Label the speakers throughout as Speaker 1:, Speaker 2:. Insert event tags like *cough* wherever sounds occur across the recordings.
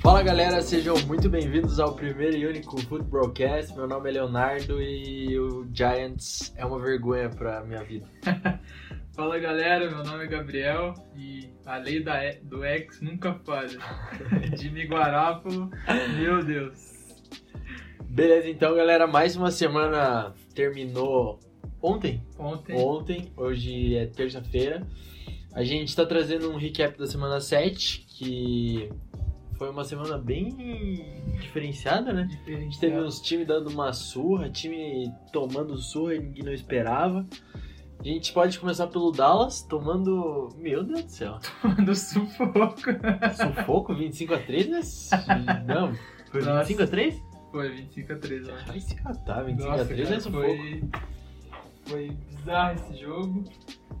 Speaker 1: Fala galera, sejam muito bem-vindos ao primeiro e único Footballcast. Meu nome é Leonardo e o Giants é uma vergonha pra minha vida.
Speaker 2: Fala galera, meu nome é Gabriel e a lei da e- do ex nunca
Speaker 1: *laughs*
Speaker 2: falha. Jimmy Guarapolo, meu Deus.
Speaker 1: Beleza, então galera, mais uma semana terminou ontem.
Speaker 2: Ontem,
Speaker 1: Ontem, hoje é terça-feira. A gente tá trazendo um recap da semana 7, que foi uma semana bem diferenciada, né? A gente
Speaker 2: É.
Speaker 1: teve
Speaker 2: *laughs*
Speaker 1: uns times dando uma surra, time tomando surra e ninguém não esperava. A gente pode começar pelo Dallas, tomando. Meu Deus do céu!
Speaker 2: do sufoco.
Speaker 1: Sufoco 25 a 3 né? Não, foi
Speaker 2: Nossa.
Speaker 1: 25 a 3
Speaker 2: Foi 25 a 3, ó.
Speaker 1: Vai se catar, 25
Speaker 2: Nossa,
Speaker 1: a 3 é
Speaker 2: cara,
Speaker 1: sufoco.
Speaker 2: foi, foi bizarro esse jogo.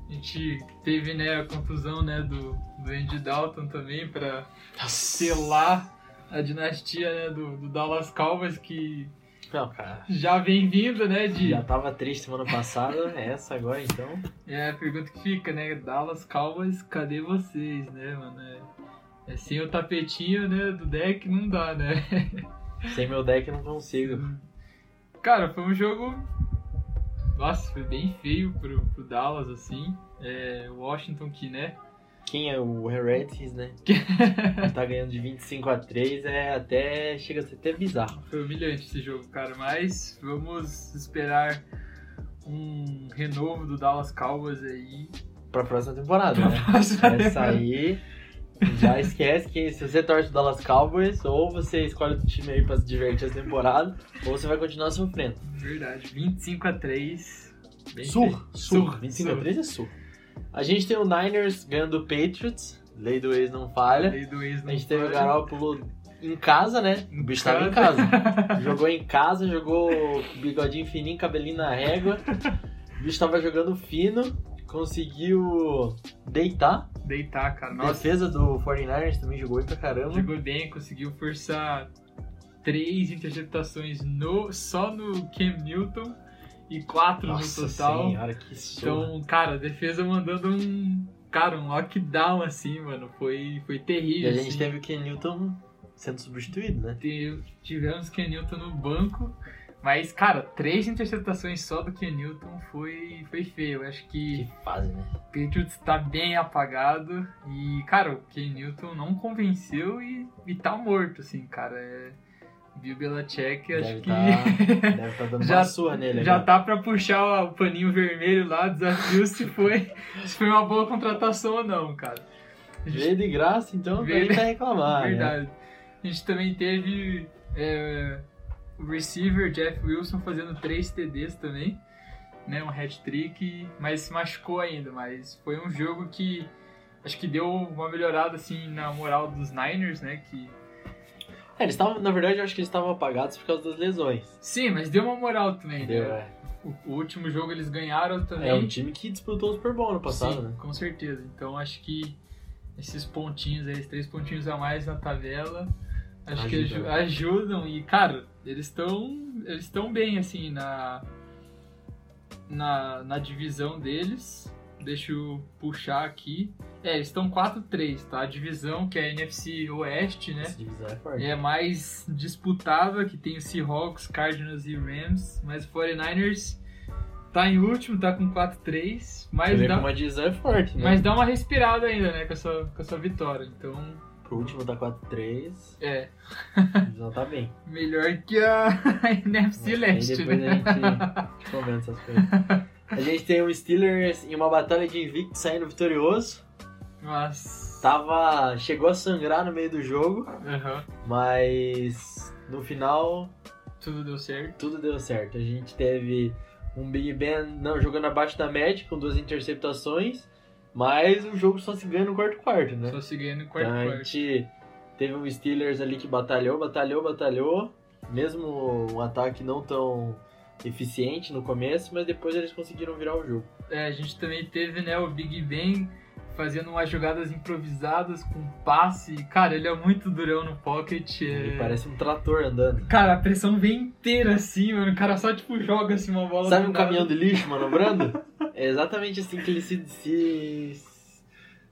Speaker 2: A gente teve né, a confusão né, do, do Andy Dalton também pra
Speaker 1: Nossa.
Speaker 2: selar a dinastia né, do, do Dallas Cowboys que
Speaker 1: Não, cara.
Speaker 2: já vem vindo, né? De,
Speaker 1: Já tava triste semana passada, é essa agora então.
Speaker 2: É a pergunta que fica, né? Dallas Cowboys, cadê vocês, né, mano? É, é sem o tapetinho, né, do deck não dá, né?
Speaker 1: Sem meu deck eu não consigo.
Speaker 2: Cara, foi um jogo. Nossa, foi bem feio pro, pro Dallas, assim. É, Washington que, né?
Speaker 1: Quem é o Heretis,
Speaker 2: *laughs*
Speaker 1: né? tá ganhando de 25 a 3 é até. chega a ser até bizarro.
Speaker 2: Foi humilhante esse jogo, cara. Mas vamos esperar um renovo do Dallas Cowboys aí.
Speaker 1: Pra próxima temporada, né?
Speaker 2: Vai
Speaker 1: Essa aí. Já esquece que se você torce o Dallas Cowboys, ou você escolhe o time aí pra se divertir essa temporada, ou você vai continuar sofrendo.
Speaker 2: Verdade, 25 a 3 Bem feio.
Speaker 1: Sur, sur.
Speaker 2: Sur,
Speaker 1: 25 a
Speaker 2: sur.
Speaker 1: 3 é sur. A gente tem o Niners ganhando o Patriots, lei do ex não falha.
Speaker 2: Lei do ex
Speaker 1: A
Speaker 2: não
Speaker 1: gente teve o
Speaker 2: pode.
Speaker 1: Garoppolo em casa, né? O bicho tava em casa. Jogou em casa, jogou bigodinho fininho, cabelinho na régua. O bicho tava jogando fino, conseguiu deitar.
Speaker 2: Deitar, cara.
Speaker 1: A
Speaker 2: Nossa,
Speaker 1: defesa do 49ers também jogou pra caramba.
Speaker 2: jogou bem, conseguiu forçar três interceptações no, só no Cam Newton e quatro no total.
Speaker 1: senhora, que surra.
Speaker 2: Então, cara, a defesa mandando um. Cara, um lockdown assim, mano. Foi, foi
Speaker 1: e
Speaker 2: terrível.
Speaker 1: a gente
Speaker 2: assim.
Speaker 1: teve o Ken Newton sendo substituído, né?
Speaker 2: Te- Tivemos Ken Newton no banco. Mas, cara, três interceptações só do Ken Newton foi, foi feio. Eu Acho que
Speaker 1: Que fase, né?
Speaker 2: Patriots tá bem apagado e, cara, o Ken Newton não convenceu e, e tá morto, assim, cara. É... Bill Belichick,
Speaker 1: Deve
Speaker 2: acho que *laughs*
Speaker 1: tá, deve tá dando
Speaker 2: Já-
Speaker 1: uma surra nele
Speaker 2: já
Speaker 1: agora.
Speaker 2: tá pra puxar o paninho vermelho lá, desafio se foi, *laughs* se foi uma boa contratação ou não, cara.
Speaker 1: Veio de graça, então
Speaker 2: tá- Veio
Speaker 1: ele
Speaker 2: de-
Speaker 1: tá reclamar. né?
Speaker 2: Verdade. A gente também teve é, o receiver Jeff Wilson fazendo três TDs também, né? Um hat-trick, mas se machucou ainda, mas foi um jogo que acho que deu uma melhorada assim na moral dos Niners, né? Que
Speaker 1: É, eles estavam, na verdade, eu acho que eles estavam apagados por causa das lesões.
Speaker 2: sim, mas deu uma moral também,
Speaker 1: Entendeu?
Speaker 2: né?
Speaker 1: É.
Speaker 2: O, o último jogo eles ganharam também.
Speaker 1: É um time que disputou o Super Bowl no passado,
Speaker 2: Sim,
Speaker 1: né?
Speaker 2: com certeza. Então acho que esses pontinhos aí, esses três pontinhos a mais na tabela, acho que
Speaker 1: Ajuda.
Speaker 2: aju- ajudam. E, cara, eles estão eles estão bem, assim, na, na, na divisão deles. Deixa eu puxar aqui. É, eles estão 4-3, tá? A divisão, que é a NFC Oeste, né?
Speaker 1: Essa divisão é forte.
Speaker 2: É a mais disputada, que tem o Seahawks, Cardinals e Rams. Mas o 49ers tá em último, tá com 4-3.
Speaker 1: Você
Speaker 2: Mas
Speaker 1: vê
Speaker 2: dá,
Speaker 1: como uma divisão é forte, né?
Speaker 2: mas dá um uma respirada ainda, né, com essa, com essa vitória. Então,
Speaker 1: Pro último tá
Speaker 2: *laughs*
Speaker 1: 4-3,
Speaker 2: é,
Speaker 1: a divisão tá bem.
Speaker 2: melhor que a *laughs* NFC
Speaker 1: Aí
Speaker 2: Leste,
Speaker 1: depois
Speaker 2: né?
Speaker 1: a gente comenta essas coisas. A gente tem o Steelers em uma batalha de invicto saindo vitorioso.
Speaker 2: Mas...
Speaker 1: Tá. Tava. Chegou a sangrar no meio do jogo,
Speaker 2: aham,
Speaker 1: mas no final
Speaker 2: tudo deu certo.
Speaker 1: tudo deu certo. A gente teve um Big Ben não, jogando abaixo da média com duas interceptações, mas o jogo só se ganha no quarto quarto, né?
Speaker 2: Só se ganha no quarto
Speaker 1: Então a
Speaker 2: quarto.
Speaker 1: gente teve um Steelers ali que batalhou, batalhou, batalhou. Mesmo um ataque não tão eficiente no começo, mas depois eles conseguiram virar o jogo.
Speaker 2: É, a gente também teve, né, o Big Ben fazendo umas jogadas improvisadas com passe. Cara, ele é muito durão no pocket.
Speaker 1: Ele
Speaker 2: É...
Speaker 1: parece um trator andando.
Speaker 2: Cara, a pressão vem inteira assim, mano. O cara só, tipo, joga assim uma bola.
Speaker 1: Sabe
Speaker 2: do
Speaker 1: um
Speaker 2: nada.
Speaker 1: caminhão de lixo
Speaker 2: *laughs*
Speaker 1: manobrando? É exatamente assim que ele se, se,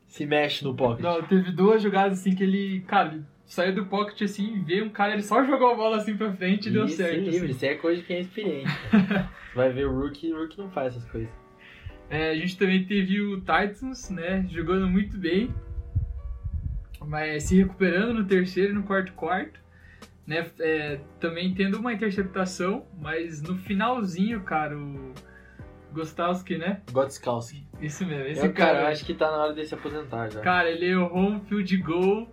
Speaker 1: se mexe no pocket.
Speaker 2: Não, teve duas jogadas assim que ele, cara, ele saiu do pocket assim, vê um cara, ele só jogou a bola assim pra frente e deu
Speaker 1: Isso,
Speaker 2: certo.
Speaker 1: Livre,
Speaker 2: assim.
Speaker 1: isso é coisa de quem é
Speaker 2: *laughs*
Speaker 1: experiente. cara. Você vai ver o Rookie e o Rookie não faz essas coisas.
Speaker 2: É, a gente também teve o Titans, né, jogando muito bem, mas se recuperando no terceiro e no quarto quarto, né, é, também tendo uma interceptação, mas no finalzinho, cara, o Gostowski, né,
Speaker 1: Gotskowski.
Speaker 2: isso mesmo, esse
Speaker 1: Eu, cara, eu acho que tá na hora de se aposentar já.
Speaker 2: cara, ele errou um field goal,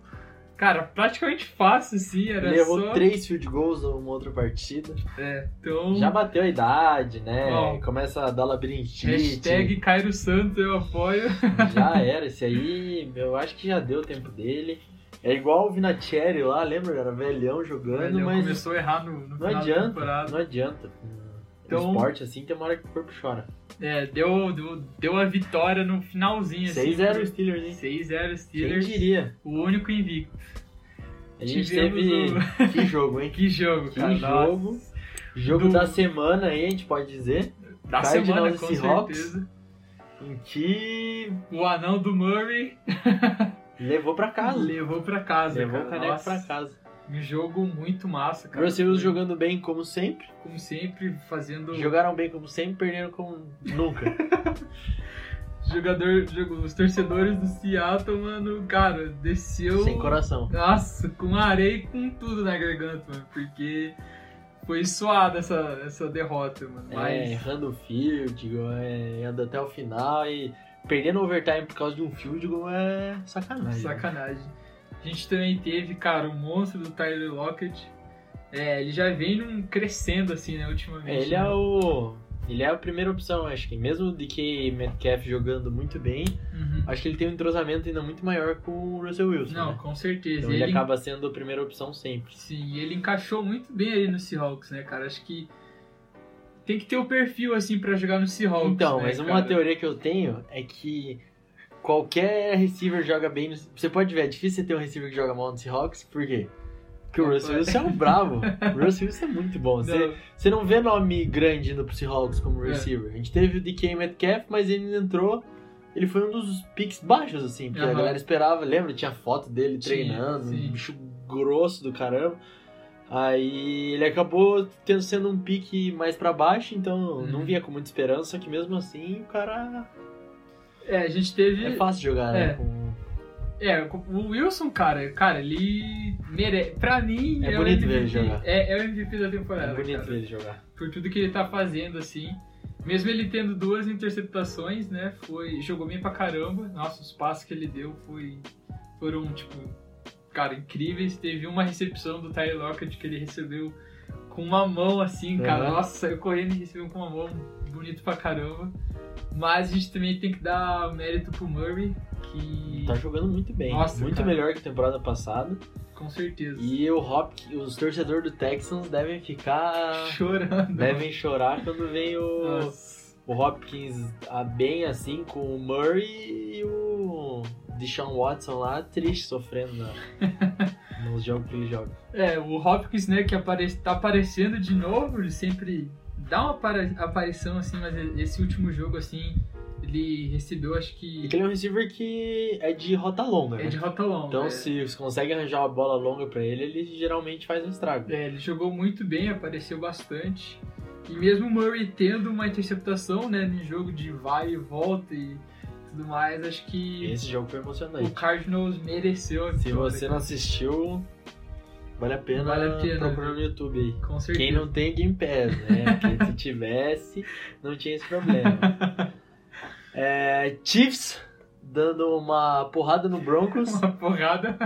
Speaker 2: cara, praticamente fácil, assim, era
Speaker 1: Ele errou
Speaker 2: só...
Speaker 1: três field goals numa outra partida.
Speaker 2: É, então...
Speaker 1: Já bateu a idade, né?
Speaker 2: Bom.
Speaker 1: Começa a dar labirintite.
Speaker 2: Hashtag Cairo Santos, eu apoio.
Speaker 1: Já era, esse aí, eu acho que já deu o tempo dele. É igual o Vinatieri lá, lembra? Era velhão jogando,
Speaker 2: Ele
Speaker 1: mas
Speaker 2: começou a errar no, no
Speaker 1: não
Speaker 2: final da
Speaker 1: adianta,
Speaker 2: temporada.
Speaker 1: não adianta.
Speaker 2: Então-
Speaker 1: Então, esporte assim tem uma hora que o corpo chora.
Speaker 2: É, deu, deu, deu a vitória no finalzinho. assim,
Speaker 1: 6-0
Speaker 2: pro-
Speaker 1: o Steelers, hein?
Speaker 2: 6-0
Speaker 1: Quem
Speaker 2: Steelers,
Speaker 1: diria?
Speaker 2: o único invicto.
Speaker 1: A gente
Speaker 2: Tivemos
Speaker 1: teve. *laughs* Que jogo, hein?
Speaker 2: Que jogo,
Speaker 1: Que
Speaker 2: cara.
Speaker 1: jogo.
Speaker 2: Nossa.
Speaker 1: Jogo
Speaker 2: Do-
Speaker 1: da semana aí, a gente pode dizer.
Speaker 2: Da
Speaker 1: Cardinals
Speaker 2: semana,
Speaker 1: e
Speaker 2: com
Speaker 1: Seahawks.
Speaker 2: certeza.
Speaker 1: Em que
Speaker 2: O anão do Murray
Speaker 1: levou pra casa.
Speaker 2: levou pra casa,
Speaker 1: Levou o
Speaker 2: cara.
Speaker 1: caneco
Speaker 2: Nossa,
Speaker 1: pra casa.
Speaker 2: Um jogo muito massa, cara.
Speaker 1: Bruce Willis jogando bem como sempre.
Speaker 2: Como sempre, fazendo...
Speaker 1: Jogaram bem como sempre, perderam como nunca. *laughs*
Speaker 2: Jogador, jogo- os torcedores do Seattle, mano, cara, desceu...
Speaker 1: Sem coração.
Speaker 2: Nossa, com areia e com tudo na garganta, mano, porque foi suada essa, essa derrota, mano.
Speaker 1: É,
Speaker 2: Mas
Speaker 1: errando o field goal, é, anda até o final e perdendo overtime por causa de um field goal é sacanagem.
Speaker 2: sacanagem. A gente também teve, cara, o monstro do Tyler Lockett. É, ele já vem num crescendo assim, né,
Speaker 1: É,
Speaker 2: ultimamente.
Speaker 1: ele é
Speaker 2: né?
Speaker 1: o. Ele é a primeira opção, acho que. Mesmo de que Metcalf jogando muito bem,
Speaker 2: Uhum.
Speaker 1: acho que ele tem um entrosamento ainda muito maior com o Russell Wilson.
Speaker 2: Não,
Speaker 1: né?
Speaker 2: com certeza.
Speaker 1: Então ele acaba sendo a primeira opção sempre.
Speaker 2: Sim, e ele encaixou muito bem ali no Seahawks, né, cara? Acho que tem que ter o perfil assim pra jogar no Seahawks.
Speaker 1: Então,
Speaker 2: né,
Speaker 1: mas uma
Speaker 2: cara?
Speaker 1: teoria que eu tenho é que qualquer receiver joga bem. no- Você pode ver, é difícil você ter um receiver que joga mal no Seahawks, por quê? Porque o
Speaker 2: Opa.
Speaker 1: Russell Wilson é um
Speaker 2: *laughs*
Speaker 1: bravo. O Russell Wilson é muito bom. Você,
Speaker 2: Não,
Speaker 1: você não vê nome grande no Seahawks como
Speaker 2: É.
Speaker 1: receiver. A gente teve o DK Metcalf, mas ele entrou. Ele foi um dos picks baixos, assim, porque a
Speaker 2: Aham.
Speaker 1: galera esperava, lembra? Tinha foto dele
Speaker 2: Tinha,
Speaker 1: treinando,
Speaker 2: sim.
Speaker 1: um bicho grosso do caramba. Aí ele acabou tendo sendo um pique mais pra baixo, então
Speaker 2: Uhum.
Speaker 1: não vinha com muita esperança, só que mesmo assim o cara.
Speaker 2: É, a gente teve.
Speaker 1: É fácil jogar,
Speaker 2: É.
Speaker 1: né? com-
Speaker 2: É, o Wilson, cara, cara, ele merece. Pra mim,
Speaker 1: É
Speaker 2: o
Speaker 1: bonito ver
Speaker 2: MVP
Speaker 1: ele jogar.
Speaker 2: É, é o MVP da temporada.
Speaker 1: É bonito
Speaker 2: cara.
Speaker 1: ele jogar.
Speaker 2: Por tudo que ele tá fazendo, assim. Mesmo ele tendo duas interceptações, né? Foi. Jogou bem pra caramba. Nossa, os passos que ele deu foi, foram, tipo, cara, incríveis. Teve uma recepção do Tyler Lockett que ele recebeu com uma mão, assim, cara.
Speaker 1: Uhum.
Speaker 2: Nossa, saiu correndo e recebeu com uma mão. Bonito pra caramba. Mas a gente também tem que dar mérito pro Murray, que.
Speaker 1: Tá jogando muito bem.
Speaker 2: Nossa,
Speaker 1: muito
Speaker 2: cara.
Speaker 1: melhor que a temporada passada.
Speaker 2: Com certeza.
Speaker 1: E o Hopkins, os torcedores do Texans devem *laughs* ficar.
Speaker 2: Tá Chorando.
Speaker 1: Devem chorar quando vem o,
Speaker 2: Nossa.
Speaker 1: o Hopkins a bem assim com o Murray e o Deshaun Watson lá triste, sofrendo
Speaker 2: *laughs*
Speaker 1: na- nos jogos que ele joga.
Speaker 2: É, o Hopkins, né, que apare... tá aparecendo de novo, ele sempre dá uma apara- aparição, assim, mas esse último jogo, assim, ele recebeu, acho
Speaker 1: E
Speaker 2: que...
Speaker 1: que ele é um receiver que é de rota longa, né?
Speaker 2: É de rota longa.
Speaker 1: Então
Speaker 2: é.
Speaker 1: se você consegue arranjar uma bola longa pra ele, ele geralmente faz um estrago.
Speaker 2: É, ele jogou muito bem, apareceu bastante. E mesmo o Murray tendo uma interceptação, né, no jogo de vai e volta e tudo mais, acho
Speaker 1: E
Speaker 2: que
Speaker 1: Esse jogo foi
Speaker 2: o
Speaker 1: emocionante.
Speaker 2: Cardinals mereceu a
Speaker 1: Se
Speaker 2: vitória,
Speaker 1: você não assistiu, vale a pena,
Speaker 2: Vale a pena, né?
Speaker 1: procurar no YouTube aí.
Speaker 2: Com certeza.
Speaker 1: Quem não tem Game Pass, né? Porque se tivesse, não tinha esse problema. É, Chiefs dando uma porrada no Broncos.
Speaker 2: *laughs* Uma porrada.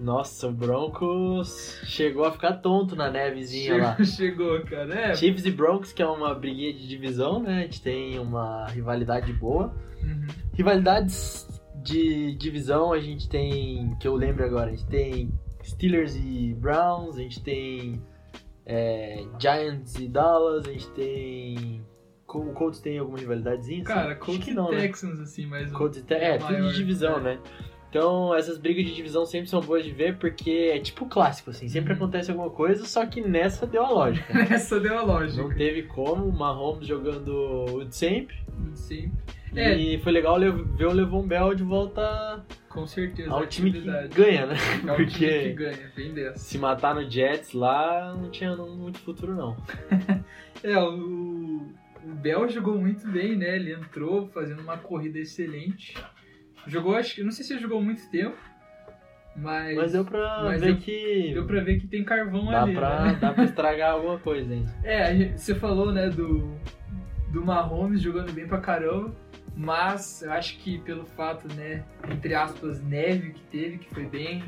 Speaker 1: Nossa, o Broncos chegou a ficar tonto na nevezinha lá.
Speaker 2: Chegou, *laughs* chegou, cara. É,
Speaker 1: Chiefs e Broncos, que é uma briguinha de divisão, né? A gente tem uma rivalidade boa.
Speaker 2: uhum.
Speaker 1: Rivalidades de divisão, a gente tem, que eu lembro agora, a gente tem Steelers e Browns, a gente tem é, Giants e Dallas, a gente tem. Co- O Colts tem alguma rivalidadezinha? assim?
Speaker 2: Cara,
Speaker 1: Acho
Speaker 2: Colts
Speaker 1: que
Speaker 2: e
Speaker 1: não, né?
Speaker 2: Texans, assim, mais um.
Speaker 1: Colts e Te-
Speaker 2: é
Speaker 1: É,
Speaker 2: o
Speaker 1: tudo
Speaker 2: maior,
Speaker 1: de divisão,
Speaker 2: é.
Speaker 1: né? Então, essas brigas de divisão sempre são boas de ver, porque é tipo clássico, assim. Sempre
Speaker 2: Uhum.
Speaker 1: acontece alguma coisa, só que nessa deu a
Speaker 2: *laughs*
Speaker 1: lógica.
Speaker 2: Essa deu a lógica.
Speaker 1: Não teve como, o Mahomes jogando o de sempre.
Speaker 2: Sempre. É.
Speaker 1: E foi legal le- ver o Levon Bell de volta
Speaker 2: Com certeza. é
Speaker 1: ao
Speaker 2: a
Speaker 1: time que
Speaker 2: atividade.
Speaker 1: ganha, né?
Speaker 2: É o time que
Speaker 1: Porque
Speaker 2: ganha, bem dessa.
Speaker 1: se matar no Jets lá, não tinha não, muito futuro, não.
Speaker 2: É, o, o Bell jogou muito bem, né? Ele entrou fazendo uma corrida excelente. Jogou, acho que, não sei se ele jogou muito tempo, mas,
Speaker 1: Mas deu pra
Speaker 2: mas
Speaker 1: ver
Speaker 2: deu-
Speaker 1: que
Speaker 2: deu pra ver que tem carvão
Speaker 1: dá,
Speaker 2: ali.
Speaker 1: pra,
Speaker 2: né?
Speaker 1: dá pra estragar alguma coisa ainda.
Speaker 2: É, a gente- você falou, né, do, do Mahomes jogando bem pra caramba, mas eu acho que pelo fato, né, entre aspas, neve que teve, que foi bem,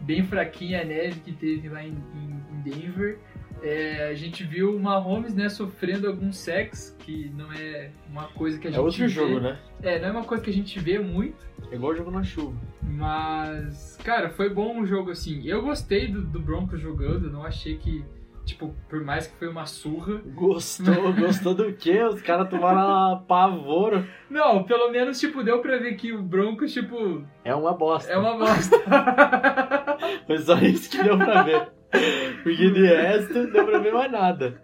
Speaker 2: bem fraquinha a neve que teve lá em, em- em Denver, é, a gente viu o Mahomes, né, sofrendo alguns sacks, que não é uma coisa que a
Speaker 1: É
Speaker 2: gente
Speaker 1: outro
Speaker 2: vê-
Speaker 1: jogo, né?
Speaker 2: É, não é uma coisa que a gente vê muito,
Speaker 1: É igual jogo na chuva.
Speaker 2: mas, cara, foi bom o jogo, assim. Eu gostei do, do Broncos jogando, não achei que, tipo, por mais que foi uma surra.
Speaker 1: Gostou, gostou do quê? Os caras tomaram apavoro.
Speaker 2: Não, pelo menos, tipo, deu pra ver que o Broncos, tipo,
Speaker 1: É uma bosta.
Speaker 2: é uma bosta.
Speaker 1: Foi só isso que deu pra ver. Porque de resto, não deu pra ver mais nada.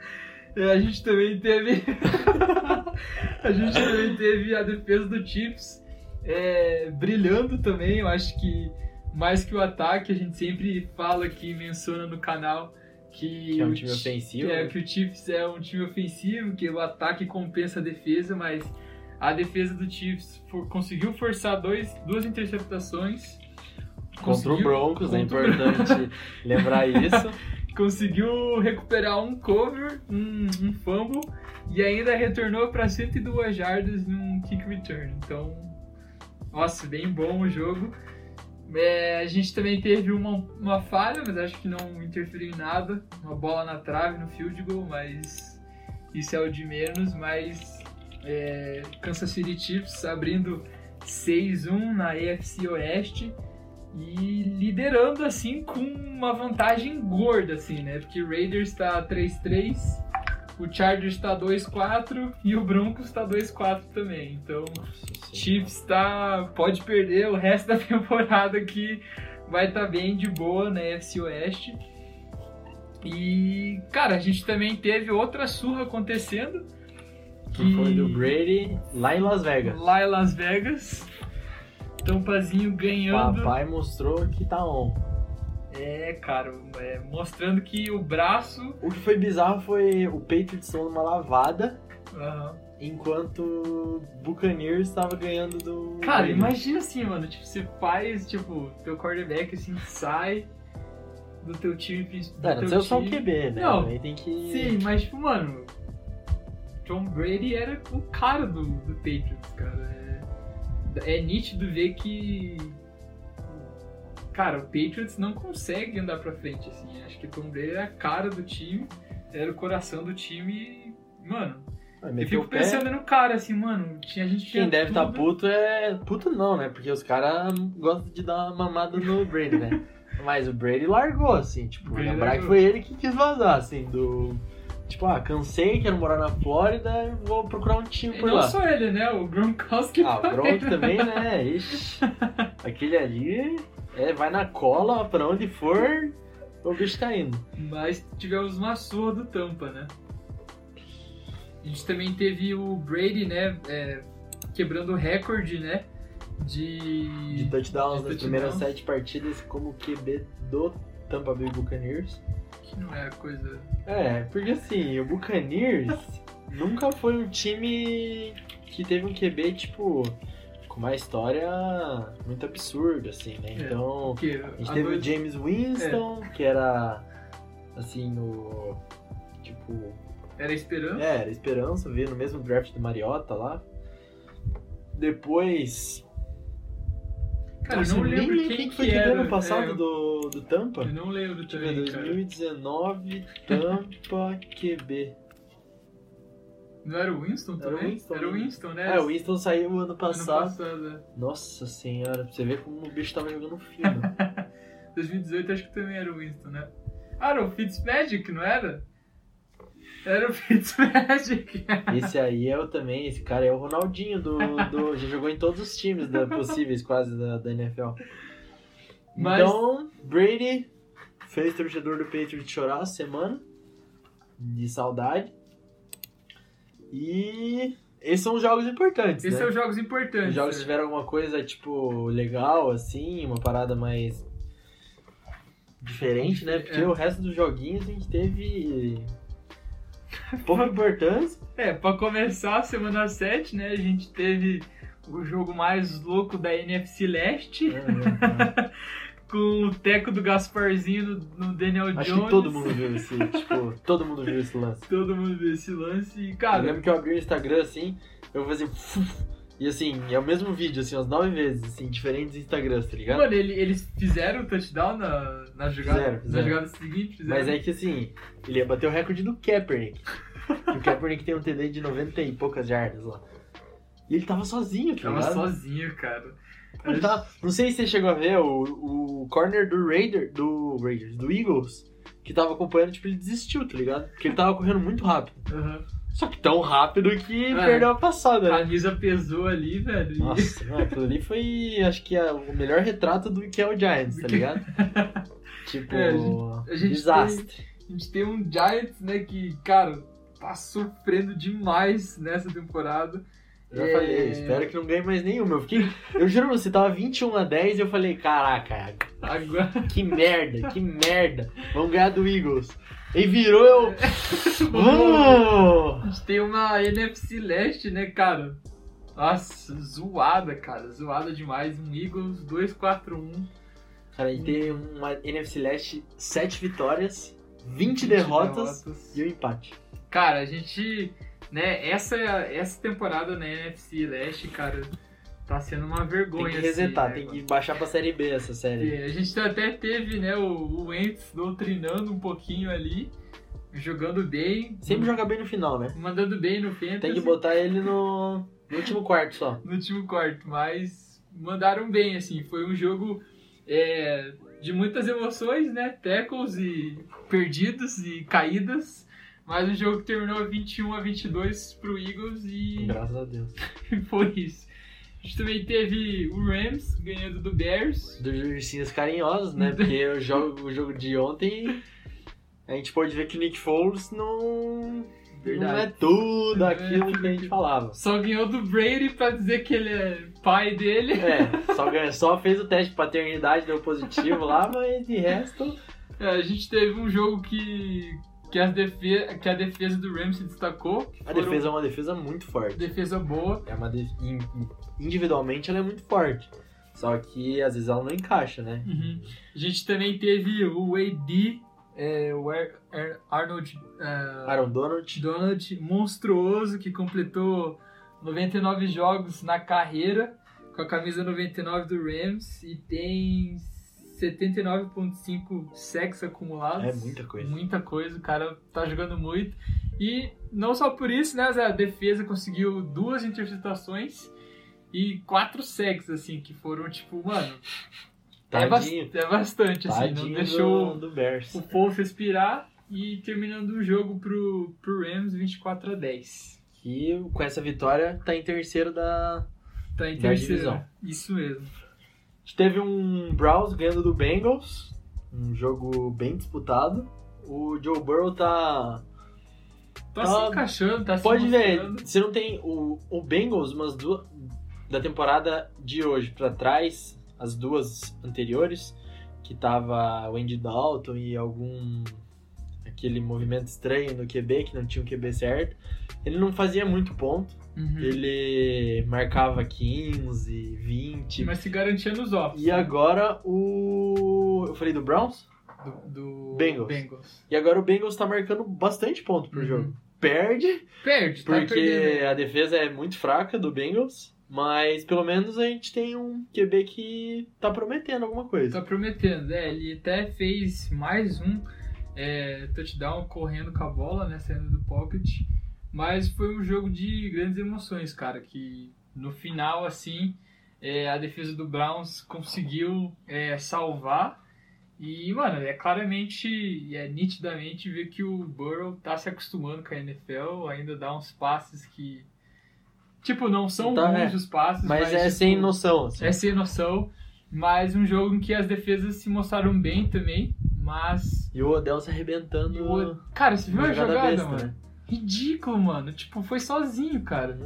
Speaker 2: É, a gente também teve... *laughs* a gente também teve a defesa do Chiefs é, brilhando também. Eu acho que, mais que o ataque, a gente sempre fala aqui, menciona no canal que...
Speaker 1: Que é um
Speaker 2: o
Speaker 1: time
Speaker 2: Chi-
Speaker 1: ofensivo.
Speaker 2: É, que o Chiefs é um time ofensivo, que o ataque compensa a defesa, mas a defesa do Chiefs for- conseguiu forçar dois, duas interceptações.
Speaker 1: Contra o
Speaker 2: conseguiu-
Speaker 1: Broncos, é
Speaker 2: contra o
Speaker 1: importante lembrar isso.
Speaker 2: conseguiu recuperar um cover, um, um fumble, e ainda retornou para 102 jardas num kick return. Então, nossa, bem bom o jogo. É, a gente também teve uma, uma falha, mas acho que não interferiu em nada. Uma bola na trave, no field goal, mas isso é o de menos. Mas é, Kansas City Chiefs abrindo 6-1 na AFC Oeste. E liderando assim com uma vantagem gorda, assim, né? Porque o Raiders tá 3-3, o Chargers tá 2-4 e o Broncos tá 2-4 também. Então, o *laughs* Chiefs tá. pode perder o resto da *laughs* temporada que vai estar tá bem de boa na FC Oeste. E, cara, a gente também teve outra surra acontecendo.
Speaker 1: Que foi do Brady lá em Las Vegas.
Speaker 2: Lá em Las Vegas. Tampazinho ganhando.
Speaker 1: Papai mostrou que tá on.
Speaker 2: É, cara, é, mostrando que o braço.
Speaker 1: O que foi bizarro foi o Patriots tomando uma lavada,
Speaker 2: Aham.
Speaker 1: enquanto o Buccaneers estava ganhando do.
Speaker 2: Cara,
Speaker 1: Brady.
Speaker 2: imagina assim, mano. Tipo, você faz, tipo, teu quarterback assim, sai do teu time principal.
Speaker 1: É, não sei só o QB, né?
Speaker 2: Não.
Speaker 1: Aí tem que.
Speaker 2: Sim, mas tipo, mano. Tom Brady era o cara do, do Patriots, cara. É, é nítido ver que. Cara, o Patriots não consegue andar pra frente, assim. Acho que o Tom Brady era a cara do time, era o coração do time e, mano.
Speaker 1: Vai
Speaker 2: Eu
Speaker 1: Ah, meter
Speaker 2: fico
Speaker 1: o pé.
Speaker 2: pensando no cara, assim, mano, tinha, a gente tinha
Speaker 1: Quem deve estar
Speaker 2: tudo. né?
Speaker 1: puto é. Puto não, né? Porque os caras gostam de dar uma mamada no Brady,
Speaker 2: *laughs*
Speaker 1: né? Mas o Brady largou, assim, tipo,
Speaker 2: Brady
Speaker 1: lembrar que
Speaker 2: largou.
Speaker 1: foi ele que quis vazar, assim, do. Tipo, ah, cansei, quero morar na Flórida, vou procurar um time
Speaker 2: E
Speaker 1: por
Speaker 2: não
Speaker 1: lá.
Speaker 2: só ele, né? O Gronkowski
Speaker 1: *laughs* Ah, o
Speaker 2: também.
Speaker 1: Gronk também, né? Ixi. Aquele ali é, vai na cola, pra onde for, o bicho tá indo.
Speaker 2: Mas tivemos uma surra do Tampa, né? A gente também teve o Brady, né? é, quebrando o recorde, né? De.
Speaker 1: De touchdowns né?
Speaker 2: de
Speaker 1: nas primeiras
Speaker 2: touchdowns.
Speaker 1: sete partidas como QB do Tampa Bay Buccaneers.
Speaker 2: Que não é a coisa.
Speaker 1: É, porque assim, o *laughs* Buccaneers nunca foi um time que teve um QB, tipo, com uma história muito absurda, assim, né?
Speaker 2: É.
Speaker 1: Então,
Speaker 2: Porque
Speaker 1: a É. gente
Speaker 2: há
Speaker 1: teve o
Speaker 2: dois-
Speaker 1: James Winston, que era, assim, o... Tipo,
Speaker 2: Era esperando.
Speaker 1: é, era esperança, veio no mesmo draft do Mariota lá. Depois...
Speaker 2: Cara,
Speaker 1: Nossa,
Speaker 2: eu não
Speaker 1: nem
Speaker 2: lembro quem,
Speaker 1: que foi QB
Speaker 2: que era.
Speaker 1: ano passado
Speaker 2: é,
Speaker 1: do, do Tampa. Tipo,
Speaker 2: Eu não lembro
Speaker 1: Deixa eu
Speaker 2: também,
Speaker 1: ver,
Speaker 2: cara.
Speaker 1: 2019 Tampa QB.
Speaker 2: Não era o Winston
Speaker 1: Era o
Speaker 2: também?
Speaker 1: Winston,
Speaker 2: Era o
Speaker 1: né?
Speaker 2: Winston, né?
Speaker 1: É, o Winston saiu ano
Speaker 2: Ano
Speaker 1: passado.
Speaker 2: passado, é.
Speaker 1: Nossa senhora, pra você ver como o bicho tava jogando fino.
Speaker 2: 2018 acho que também era o Winston, né? Ah, era o Fitzmagic, não era? Era o *laughs* Fitzmagic.
Speaker 1: Esse aí é o também, esse cara é o Ronaldinho do. do já jogou em todos os times da- possíveis, quase, da, da NFL.
Speaker 2: Mas-
Speaker 1: Então, Brady fez o torcedor do Patriots chorar a semana. De saudade. E Esses são os jogos importantes.
Speaker 2: Esses
Speaker 1: né?
Speaker 2: são jogos importantes.
Speaker 1: Os jogos
Speaker 2: é né?
Speaker 1: tiveram alguma coisa, tipo, legal, assim, uma parada mais diferente, né? Porque
Speaker 2: É.
Speaker 1: o resto dos joguinhos a gente teve pouca importância.
Speaker 2: É, pra começar a semana 7, né? A gente teve o jogo mais louco da NFC
Speaker 1: É.
Speaker 2: Leste, é. com o teco do Gasparzinho no, no Daniel
Speaker 1: Acho
Speaker 2: Jones.
Speaker 1: que todo mundo viu esse,
Speaker 2: *laughs*
Speaker 1: tipo, todo mundo viu esse lance.
Speaker 2: Todo mundo viu esse lance. E,
Speaker 1: eu
Speaker 2: cara,
Speaker 1: lembro que eu abri o Instagram, assim, eu fazia... fuf, E assim, é o mesmo vídeo, assim, umas nove vezes, assim, diferentes Instagrams, tá ligado?
Speaker 2: mano, ele- eles fizeram o touchdown na, na jogada,
Speaker 1: Fizeram,
Speaker 2: na
Speaker 1: fizeram.
Speaker 2: jogada seguinte. Fizeram.
Speaker 1: Mas é que assim, ele ia bater o recorde do Kaepernick. o Kaepernick tem um TD de 90 e poucas jardas lá. E ele tava sozinho, tá
Speaker 2: Tava
Speaker 1: ligado?
Speaker 2: sozinho, cara.
Speaker 1: Ele tava- Não sei se você chegou a ver o, o corner do Raider, do Raiders, do Eagles, que tava acompanhando, tipo, ele desistiu, tá ligado? Porque ele tava correndo muito rápido.
Speaker 2: Aham.
Speaker 1: Só que tão rápido que
Speaker 2: É.
Speaker 1: perdeu a
Speaker 2: A
Speaker 1: passada, né?
Speaker 2: camisa pesou ali, velho. e-
Speaker 1: Nossa, mano, aquilo ali foi, acho que, a- o melhor retrato do que é o Giants, tá
Speaker 2: *laughs*
Speaker 1: ligado? Tipo,
Speaker 2: É, a gente- a gente
Speaker 1: desastre.
Speaker 2: A gente tem um Giants, né, que, cara, tá sofrendo demais nessa temporada.
Speaker 1: Já
Speaker 2: É.
Speaker 1: falei, espero que não ganhe mais nenhuma. Eu fiquei. Eu juro pra você, tava 21 a 10 e eu falei, caraca,
Speaker 2: Agora *laughs*
Speaker 1: que merda, que merda. Vamos ganhar do Eagles. E virou eu.
Speaker 2: a
Speaker 1: Vamos!
Speaker 2: gente tem uma NFC Leste, né, cara? Nossa, zoada, cara. Zoada demais. Um Eagles 2-4-1.
Speaker 1: Cara, a gente tem uma NFC Leste, 7 vitórias, 20, derrotas, e um empate.
Speaker 2: Cara, a gente, né, essa, essa temporada na NFC Leste, cara, tá sendo uma
Speaker 1: Tem
Speaker 2: vergonha.
Speaker 1: que
Speaker 2: assim,
Speaker 1: resetar,
Speaker 2: né,
Speaker 1: tem
Speaker 2: mano?
Speaker 1: que baixar pra série B essa série.
Speaker 2: É, A gente até teve, né, o, o Wentz doutrinando um pouquinho ali, jogando bem.
Speaker 1: Sempre joga bem no final, né?
Speaker 2: Mandando bem no Fantasy.
Speaker 1: Tem que botar ele no, no último quarto só.
Speaker 2: no último quarto, mas mandaram bem, assim, foi um jogo é, de muitas emoções, né? Tackles e perdidos e caídas, mas o jogo terminou 21 a 22 pro Eagles e *laughs*
Speaker 1: Graças a Deus.
Speaker 2: foi isso. A gente também teve o Rams ganhando do Bears.
Speaker 1: dos ursinhos carinhosos,
Speaker 2: *laughs*
Speaker 1: né? Porque o jogo, o jogo de ontem, a gente pôde ver que o Nick Foles não, não é tudo aquilo que a
Speaker 2: *laughs*
Speaker 1: gente falava.
Speaker 2: Só ganhou do Brady pra dizer que ele é pai dele.
Speaker 1: É, só, ganha- só fez o teste de paternidade, deu positivo lá, mas de resto...
Speaker 2: É, a gente teve um jogo que, que, as defe que a defesa do Rams se destacou. que
Speaker 1: A
Speaker 2: foram-
Speaker 1: defesa é uma defesa muito forte.
Speaker 2: defesa boa.
Speaker 1: É uma de- in- Individualmente ela é muito forte. Só que às vezes ela não encaixa, né?
Speaker 2: Uhum. A gente também teve o AD, é, o Ar- Ar- Arnold é,
Speaker 1: Aaron Donald,
Speaker 2: Donald, monstruoso, que completou 99 jogos na carreira com a camisa 99 do Rams e tem 79,5 sacks acumulados.
Speaker 1: É muita coisa.
Speaker 2: Muita coisa, o cara tá jogando muito. E não só por isso, né? Zé, A defesa conseguiu duas interceptações e quatro sacks, assim, que foram tipo, mano. É, bas-
Speaker 1: tadinho,
Speaker 2: é bastante, assim, não
Speaker 1: tadinho
Speaker 2: deixou
Speaker 1: do, do Bears.
Speaker 2: o povo respirar e terminando o jogo pro, pro Rams 24 a 10.
Speaker 1: Que com essa vitória tá em terceiro da,
Speaker 2: Tá em
Speaker 1: Da
Speaker 2: terceiro.
Speaker 1: divisão.
Speaker 2: Isso mesmo.
Speaker 1: A gente teve um Browns ganhando do Bengals, um jogo bem disputado. O Joe Burrow tá.
Speaker 2: Tá,
Speaker 1: Tá-
Speaker 2: se encaixando, tá
Speaker 1: Pode
Speaker 2: se
Speaker 1: ver,
Speaker 2: mostrando.
Speaker 1: você não tem. O, o Bengals, umas duas. Da temporada de hoje pra trás, as duas anteriores, que tava o Andy Dalton e algum. aquele movimento estranho no QB, que não tinha o QB certo. Ele não fazia muito ponto.
Speaker 2: Uhum.
Speaker 1: Ele marcava 15, 20.
Speaker 2: Mas se garantia nos offs.
Speaker 1: E agora o. Eu falei do Browns?
Speaker 2: Do, do
Speaker 1: Bengals. E agora o Bengals tá marcando bastante ponto pro
Speaker 2: Uhum.
Speaker 1: jogo. Perde,
Speaker 2: Perde, tá
Speaker 1: porque
Speaker 2: perdendo.
Speaker 1: a defesa é muito fraca do Bengals, mas pelo menos a gente tem um QB que tá prometendo alguma coisa.
Speaker 2: Tá prometendo. É, ele até fez mais um é, touchdown correndo com a bola, né? Saindo do pocket. Mas foi um jogo de grandes emoções, cara. Que no final, assim, é, a defesa do Browns conseguiu é, salvar. E, mano, é claramente, é nitidamente ver que o Burrow tá se acostumando com a NFL, ainda dá uns passes que. Tipo, não são
Speaker 1: Tá,
Speaker 2: ruins
Speaker 1: é.
Speaker 2: os passes,
Speaker 1: Mas,
Speaker 2: mas.
Speaker 1: é
Speaker 2: tipo,
Speaker 1: sem noção, assim.
Speaker 2: é sem noção, mas um jogo em que as defesas se mostraram bem também, mas.
Speaker 1: E o Odell se arrebentando.
Speaker 2: e o- Cara, você viu
Speaker 1: uma
Speaker 2: a jogada,
Speaker 1: besta,
Speaker 2: mano?
Speaker 1: né?
Speaker 2: Ridículo, mano. Tipo, foi sozinho, cara.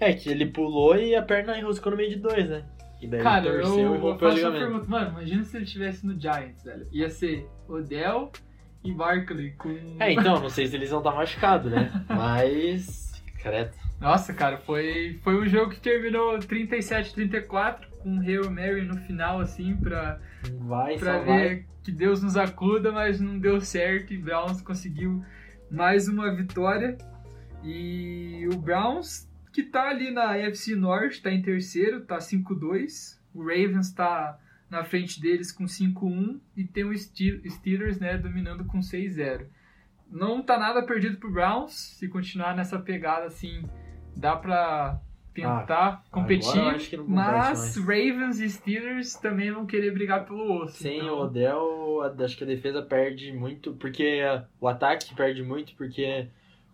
Speaker 1: É, que ele pulou e a perna enroscou no meio de dois, né? E daí
Speaker 2: Cara,
Speaker 1: ele torceu e
Speaker 2: eu
Speaker 1: rompeu o
Speaker 2: faço uma
Speaker 1: ligamento.
Speaker 2: pergunta, mano, imagina se ele estivesse no Giants, velho. Ia ser Odell e Barkley com...
Speaker 1: É, então, não sei se eles vão estar machucados,
Speaker 2: *laughs*
Speaker 1: né? Mas. Credo.
Speaker 2: Nossa, cara, foi, foi um jogo que terminou 37-34, com um Hail Mary no final, assim, pra,
Speaker 1: Vai,
Speaker 2: pra
Speaker 1: só vai.
Speaker 2: ver que Deus nos acuda, mas não deu certo e Browns conseguiu mais uma vitória. E o Browns, que tá ali na AFC Norte, tá em terceiro, tá 5-2. O Ravens tá na frente deles com 5-1 e tem o Steel- Steelers, né, dominando com 6-0. Não tá nada perdido pro Browns, se continuar nessa pegada assim, dá pra tentar competir,
Speaker 1: Ah, agora eu acho que não compete mais.
Speaker 2: mas Ravens e Steelers também vão querer brigar pelo osso.
Speaker 1: Sem
Speaker 2: então-
Speaker 1: o Odell, a- acho que a defesa perde muito, porque o ataque perde muito, porque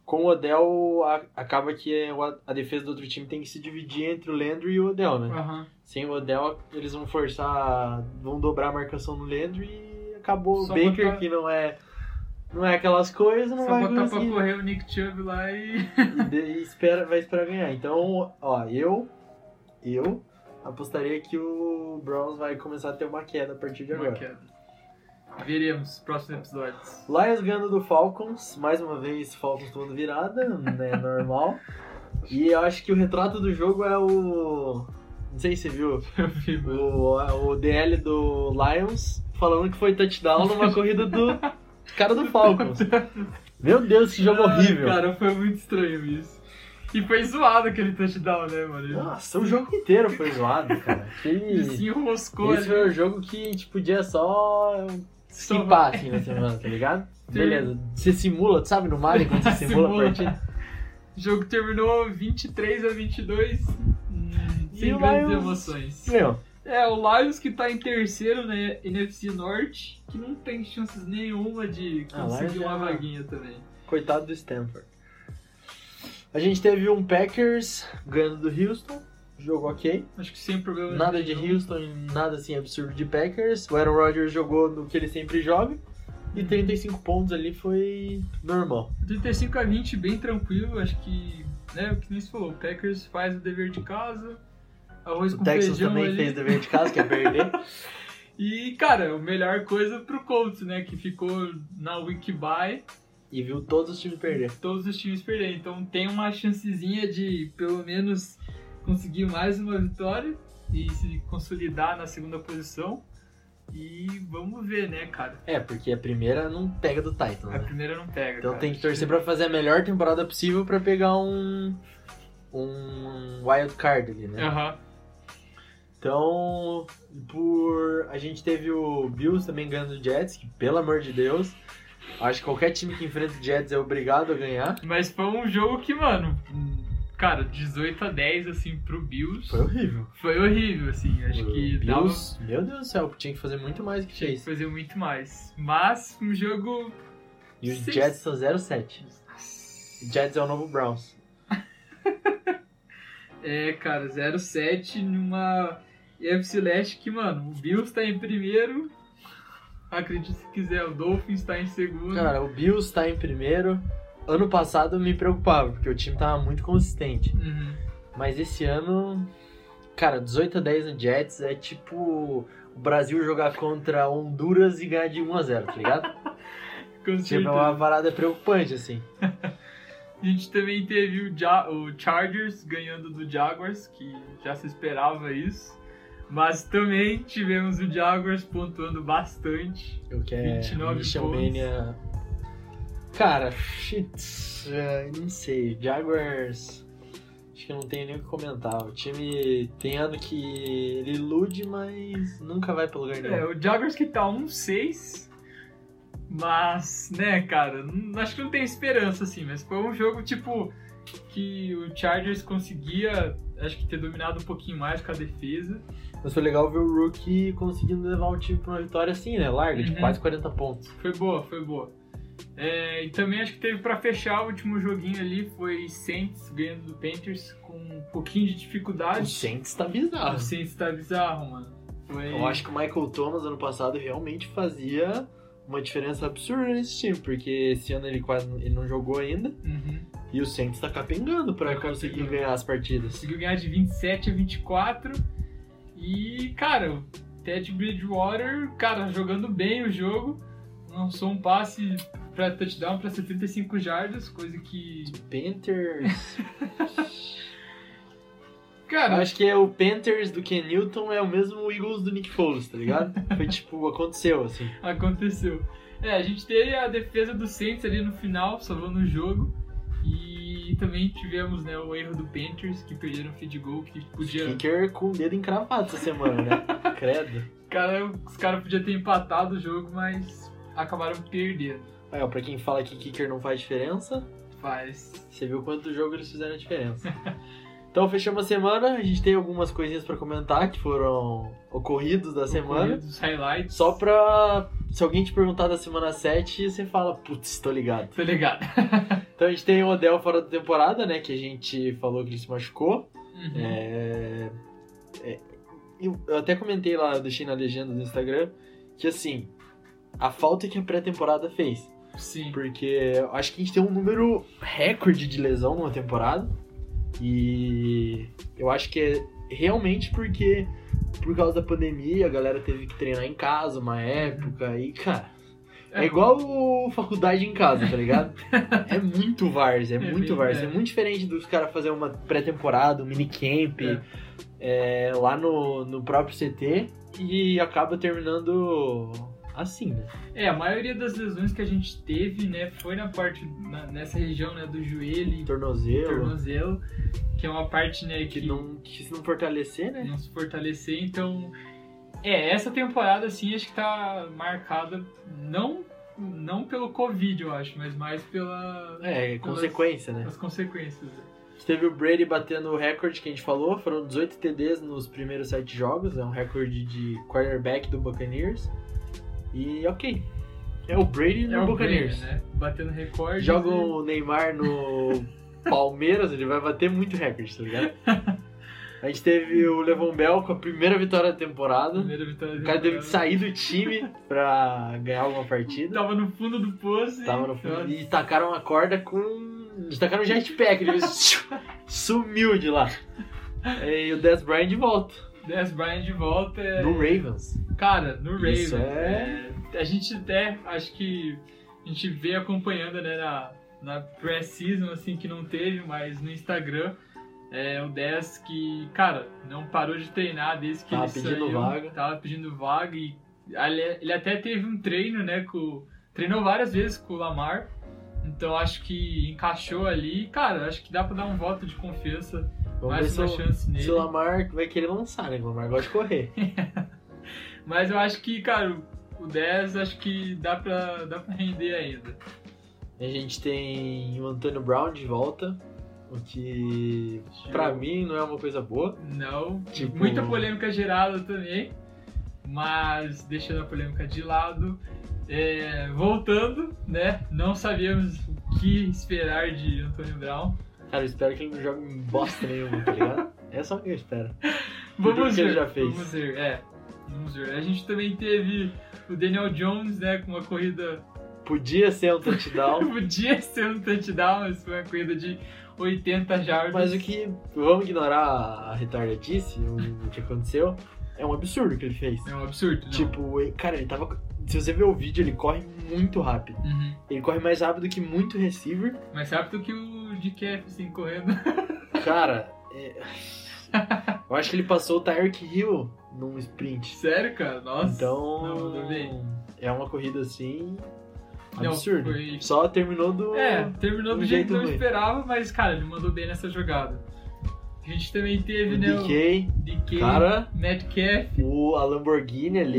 Speaker 1: com o Odell a- acaba que é o a, a defesa do outro time tem que se dividir entre o Landry e o Odell, né?
Speaker 2: Aham.
Speaker 1: Sem o Odell, eles vão forçar, vão dobrar a marcação no Landry e acabou
Speaker 2: Só
Speaker 1: o Baker,
Speaker 2: botar-
Speaker 1: que não é não é aquelas coisas, não
Speaker 2: Só
Speaker 1: vai
Speaker 2: botar pra
Speaker 1: conseguir.
Speaker 2: correr o Nick Chubb lá e.
Speaker 1: e, de- e espera, vai esperar ganhar. Então, ó, eu eu apostaria que o Browns vai começar a ter uma queda a partir de
Speaker 2: *laughs* Uma
Speaker 1: agora.
Speaker 2: queda. Veremos próximos
Speaker 1: *laughs*
Speaker 2: episódios.
Speaker 1: Lions ganhando do Falcons, mais uma vez Falcons tomando virada, né, *laughs* normal. E eu acho que o retrato do jogo é o não sei se você viu,
Speaker 2: Ah,
Speaker 1: o, o DL do Lions falando que foi touchdown numa
Speaker 2: *laughs*
Speaker 1: corrida do cara do Falcons. Meu Deus, que jogo
Speaker 2: Ai,
Speaker 1: horrível.
Speaker 2: Cara, foi muito estranho isso. E foi zoado aquele touchdown, né, mano? Ele-
Speaker 1: Nossa, o jogo inteiro foi zoado, cara.
Speaker 2: Ele
Speaker 1: Que
Speaker 2: se enroscou
Speaker 1: Esse
Speaker 2: ali.
Speaker 1: foi o jogo que a gente podia só
Speaker 2: Só-
Speaker 1: skipar assim na semana, tá ligado?
Speaker 2: *laughs* Sim.
Speaker 1: Beleza, você simula, sabe no Mario quando você
Speaker 2: *laughs*
Speaker 1: simula,
Speaker 2: Simula.
Speaker 1: a partida?
Speaker 2: O jogo terminou 23 a 22. hum,
Speaker 1: E
Speaker 2: Sem
Speaker 1: o
Speaker 2: grandes
Speaker 1: Lions-
Speaker 2: emoções.
Speaker 1: Meu,
Speaker 2: É, o Lions que tá em terceiro na NFC Norte, que não tem chances nenhuma de
Speaker 1: Ah, Lions
Speaker 2: conseguir uma
Speaker 1: já-
Speaker 2: vaguinha também.
Speaker 1: coitado do Stanford. A gente teve um Packers ganhando do Houston, jogo ok.
Speaker 2: Acho que sem problema.
Speaker 1: Nada de
Speaker 2: nenhum.
Speaker 1: Houston, nada assim absurdo de Packers. O Aaron Rodgers jogou no que ele sempre joga. E 35 pontos ali foi normal.
Speaker 2: 35 a 20, bem tranquilo. Acho que, né, o que nem você falou, o Packers faz o dever de casa. Arroz
Speaker 1: O
Speaker 2: com
Speaker 1: Texas
Speaker 2: feijão
Speaker 1: também
Speaker 2: ali.
Speaker 1: fez dever de casa, que é
Speaker 2: *laughs*
Speaker 1: perder.
Speaker 2: E, cara, a melhor coisa pro Colts, né? Que ficou na week bye,
Speaker 1: e viu todos os times perder.
Speaker 2: todos os times perderam. Então tem uma chancezinha de, pelo menos, conseguir mais uma vitória e se consolidar na segunda posição. E vamos ver, né, cara?
Speaker 1: É, porque a primeira não pega do Titan, né?
Speaker 2: A primeira não pega,
Speaker 1: Então
Speaker 2: cara.
Speaker 1: tem que torcer pra fazer a melhor temporada possível pra pegar um um wild card ali, né?
Speaker 2: Aham.
Speaker 1: Então, por a gente teve o Bills também ganhando o Jets, que pelo amor de Deus, acho que qualquer time que enfrenta o Jets é obrigado a ganhar.
Speaker 2: Mas foi um jogo que, mano... Cara, 18 a 10, assim, pro Bills.
Speaker 1: Foi horrível.
Speaker 2: Foi horrível, assim. Acho
Speaker 1: o
Speaker 2: que dava
Speaker 1: Bills, meu Deus do céu, tinha que fazer muito mais do que
Speaker 2: tinha que
Speaker 1: fez.
Speaker 2: fazer muito mais. Mas um jogo.
Speaker 1: E os
Speaker 2: Sim.
Speaker 1: Jets são 0-7. Jets é o novo Browns.
Speaker 2: É, cara, 0-7 numa EFC Leste que, mano, o Bills tá em primeiro. Acredite se quiser, o Dolphins tá em segundo.
Speaker 1: Cara, o Bills tá em primeiro. Ano passado eu me preocupava, porque o time tava muito consistente.
Speaker 2: Uhum.
Speaker 1: Mas esse ano, cara, 18 a 10 no Jets é tipo o Brasil jogar contra Honduras e ganhar de 1 a 0, tá ligado?
Speaker 2: Com
Speaker 1: tipo, é
Speaker 2: certeza.
Speaker 1: uma parada preocupante, assim.
Speaker 2: A gente também teve o, Ja- o Chargers ganhando do Jaguars, que já se esperava isso. Mas também tivemos o Jaguars pontuando bastante.
Speaker 1: O que é
Speaker 2: 29
Speaker 1: Michel
Speaker 2: pontos.
Speaker 1: Mania. Cara, shit, é, não sei, Jaguars. Acho que eu não tenho nem o que comentar. O time tem ano que ele ilude, mas nunca vai pra lugar nenhum.
Speaker 2: É, o Jaguars que tá 1-6. Mas, né, cara, não- acho que não tem esperança, assim. Mas foi um jogo, tipo, que o Chargers conseguia, acho que ter dominado um pouquinho mais com a defesa.
Speaker 1: Mas foi legal ver o Rookie conseguindo levar o time pra uma vitória assim, né? Larga, de
Speaker 2: Uhum.
Speaker 1: quase 40 pontos.
Speaker 2: Foi boa, foi boa. É, e também acho que teve pra fechar o último joguinho ali, foi Saints ganhando do Panthers com um pouquinho de
Speaker 1: O
Speaker 2: dificuldade.
Speaker 1: Saints tá
Speaker 2: O
Speaker 1: bizarro.
Speaker 2: Saints tá bizarro, mano. Foi...
Speaker 1: Eu acho que o Michael Thomas ano passado realmente fazia uma diferença absurda nesse time, porque esse ano ele quase ele não jogou ainda.
Speaker 2: Uhum.
Speaker 1: E o Saints tá capengando pra
Speaker 2: Tá
Speaker 1: conseguir
Speaker 2: capengando.
Speaker 1: ganhar as partidas.
Speaker 2: Conseguiu ganhar de 27 a 24. E, cara, o Ted Bridgewater, cara, jogando bem o jogo. Lançou um passe pra touchdown pra 75 jardas, coisa que.
Speaker 1: Panthers. *laughs* Eu
Speaker 2: Cara,
Speaker 1: acho que é o Panthers do Ken Newton é o mesmo Eagles do Nick Foles, tá *laughs* ligado? Foi tipo, aconteceu, assim.
Speaker 2: aconteceu. É, a gente teve a defesa do Saints ali no final, salvando o jogo. E também tivemos né, o erro do Panthers, que perderam o field goal, que podia.
Speaker 1: Kicker com o dedo encravado essa semana, *laughs* né? Credo.
Speaker 2: Cara, os caras podiam ter empatado o jogo, mas acabaram perdendo.
Speaker 1: Aí, ó, É, pra quem fala que kicker não faz diferença,
Speaker 2: Faz.
Speaker 1: você viu quanto jogo eles fizeram a diferença. Então fechamos a semana, a gente tem algumas coisinhas pra comentar que foram ocorridos da semana.
Speaker 2: Dos highlights.
Speaker 1: Só pra. Se alguém te perguntar da semana 7, você fala, putz, tô ligado.
Speaker 2: Tô ligado.
Speaker 1: Então a gente tem o Odell fora da temporada, né? Que a gente falou que ele se machucou.
Speaker 2: Uhum.
Speaker 1: É... é, Eu eu até comentei lá, eu deixei na legenda do Instagram, que assim, a falta que a pré-temporada fez.
Speaker 2: É, Sim.
Speaker 1: Porque eu acho que a gente tem um número recorde de lesão numa temporada. E eu acho que é realmente porque por causa da pandemia a galera teve que treinar em casa uma época e, cara. É igual o faculdade em casa, tá ligado? *laughs* É muito VARS, é,
Speaker 2: É
Speaker 1: muito
Speaker 2: bem,
Speaker 1: VARS. É.
Speaker 2: é.
Speaker 1: muito diferente dos caras fazer uma pré-temporada, um minicamp
Speaker 2: É.
Speaker 1: é, lá no, no próprio CT e acaba terminando assim, né?
Speaker 2: É, a maioria das lesões que a gente teve, né, foi na parte, na- nessa região, né, do joelho e
Speaker 1: Tornozelo.
Speaker 2: tornozelo, que é uma parte, né, que, é.
Speaker 1: que não que se não fortalecer, né?
Speaker 2: não se fortalecer, então... É, essa temporada, assim, acho que tá marcada, não, não pelo Covid, eu acho, mas mais pela...
Speaker 1: É, é consequência, né?
Speaker 2: As consequências.
Speaker 1: Teve o Brady batendo o recorde que a gente falou, foram 18 TDs nos primeiros 7 jogos, é um recorde de quarterback do Buccaneers. E ok. É o Brady no
Speaker 2: o
Speaker 1: Buccaneers.
Speaker 2: Brady, né? Batendo recorde.
Speaker 1: Joga o Neymar no *laughs* Palmeiras, ele vai bater muito recorde, tá ligado? A gente teve o Levon Bell com a primeira vitória da temporada.
Speaker 2: Primeira vitória
Speaker 1: O cara teve que
Speaker 2: temporada.
Speaker 1: sair do time pra ganhar alguma partida.
Speaker 2: Tava no fundo do poço. e-
Speaker 1: Tava no fundo.
Speaker 2: Nossa.
Speaker 1: E tacaram a corda com. Eles tacaram um jetpack, ele
Speaker 2: *laughs*
Speaker 1: fez- sumiu de lá. E o Dez Bryant de volta.
Speaker 2: Dez Bryant de volta. é-
Speaker 1: No Ravens.
Speaker 2: Cara, no Ravens.
Speaker 1: Isso é-
Speaker 2: é, A gente até, acho que a gente vê acompanhando, né, na, na pré-season, assim, que não teve, mas no Instagram, é o 10 que, cara, não parou de treinar desde que
Speaker 1: Tava
Speaker 2: ele
Speaker 1: pedindo
Speaker 2: saiu.
Speaker 1: vaga.
Speaker 2: Tava pedindo vaga e ele, ele até teve um treino, né, com... Treinou várias vezes com o Lamar, então acho que encaixou ali. Cara, acho que dá pra dar um voto de confiança,
Speaker 1: Vamos ver
Speaker 2: mais
Speaker 1: se
Speaker 2: uma
Speaker 1: o,
Speaker 2: chance nele.
Speaker 1: se o Lamar vai querer lançar, né? O Lamar gosta de correr.
Speaker 2: Mas eu acho que, cara, o 10 acho que dá pra, dá pra render ainda.
Speaker 1: A gente tem o Antônio Brown de volta. O que pra mim não é uma coisa boa.
Speaker 2: Não.
Speaker 1: Tipo-
Speaker 2: Muita polêmica gerada também. Mas deixando a polêmica de lado. é, voltando, né? Não sabíamos o que esperar de Antônio Brown.
Speaker 1: Cara, eu espero que ele não jogue em bosta nenhuma, tá ligado? É só o que eu espero. Tudo
Speaker 2: Vamos
Speaker 1: que ele
Speaker 2: ver.
Speaker 1: já fez.
Speaker 2: Vamos ver, é. Vamos ver. A gente também teve o Daniel Jones, né? Com uma corrida *laughs*
Speaker 1: Podia ser um touchdown.
Speaker 2: Podia ser um touchdown, mas foi uma corrida de 80 jardas.
Speaker 1: Mas o que. Vamos ignorar a retarda disse, o, o que aconteceu. É um absurdo o que ele fez.
Speaker 2: É um absurdo, não.
Speaker 1: Tipo, ele- cara, ele tava. Se você ver o vídeo, ele corre muito rápido.
Speaker 2: Uhum.
Speaker 1: Ele corre mais rápido que muito receiver.
Speaker 2: Mais rápido que o de Cap, assim, correndo. *laughs*
Speaker 1: Cara, é- eu acho que ele passou o Tyreek Hill num sprint.
Speaker 2: Sério, cara? Nossa.
Speaker 1: Então.
Speaker 2: Não, mandou bem.
Speaker 1: é uma corrida assim.
Speaker 2: Não,
Speaker 1: Absurdo.
Speaker 2: foi-
Speaker 1: Ssó terminou do.
Speaker 2: É, terminou
Speaker 1: Um
Speaker 2: do jeito que
Speaker 1: jeito
Speaker 2: eu
Speaker 1: ruim.
Speaker 2: esperava, mas, cara, ele mandou bem nessa jogada. A gente também teve,
Speaker 1: do
Speaker 2: né,
Speaker 1: DK.
Speaker 2: o DK,
Speaker 1: Cara,
Speaker 2: Metcalf,
Speaker 1: o, a Lamborghini ali.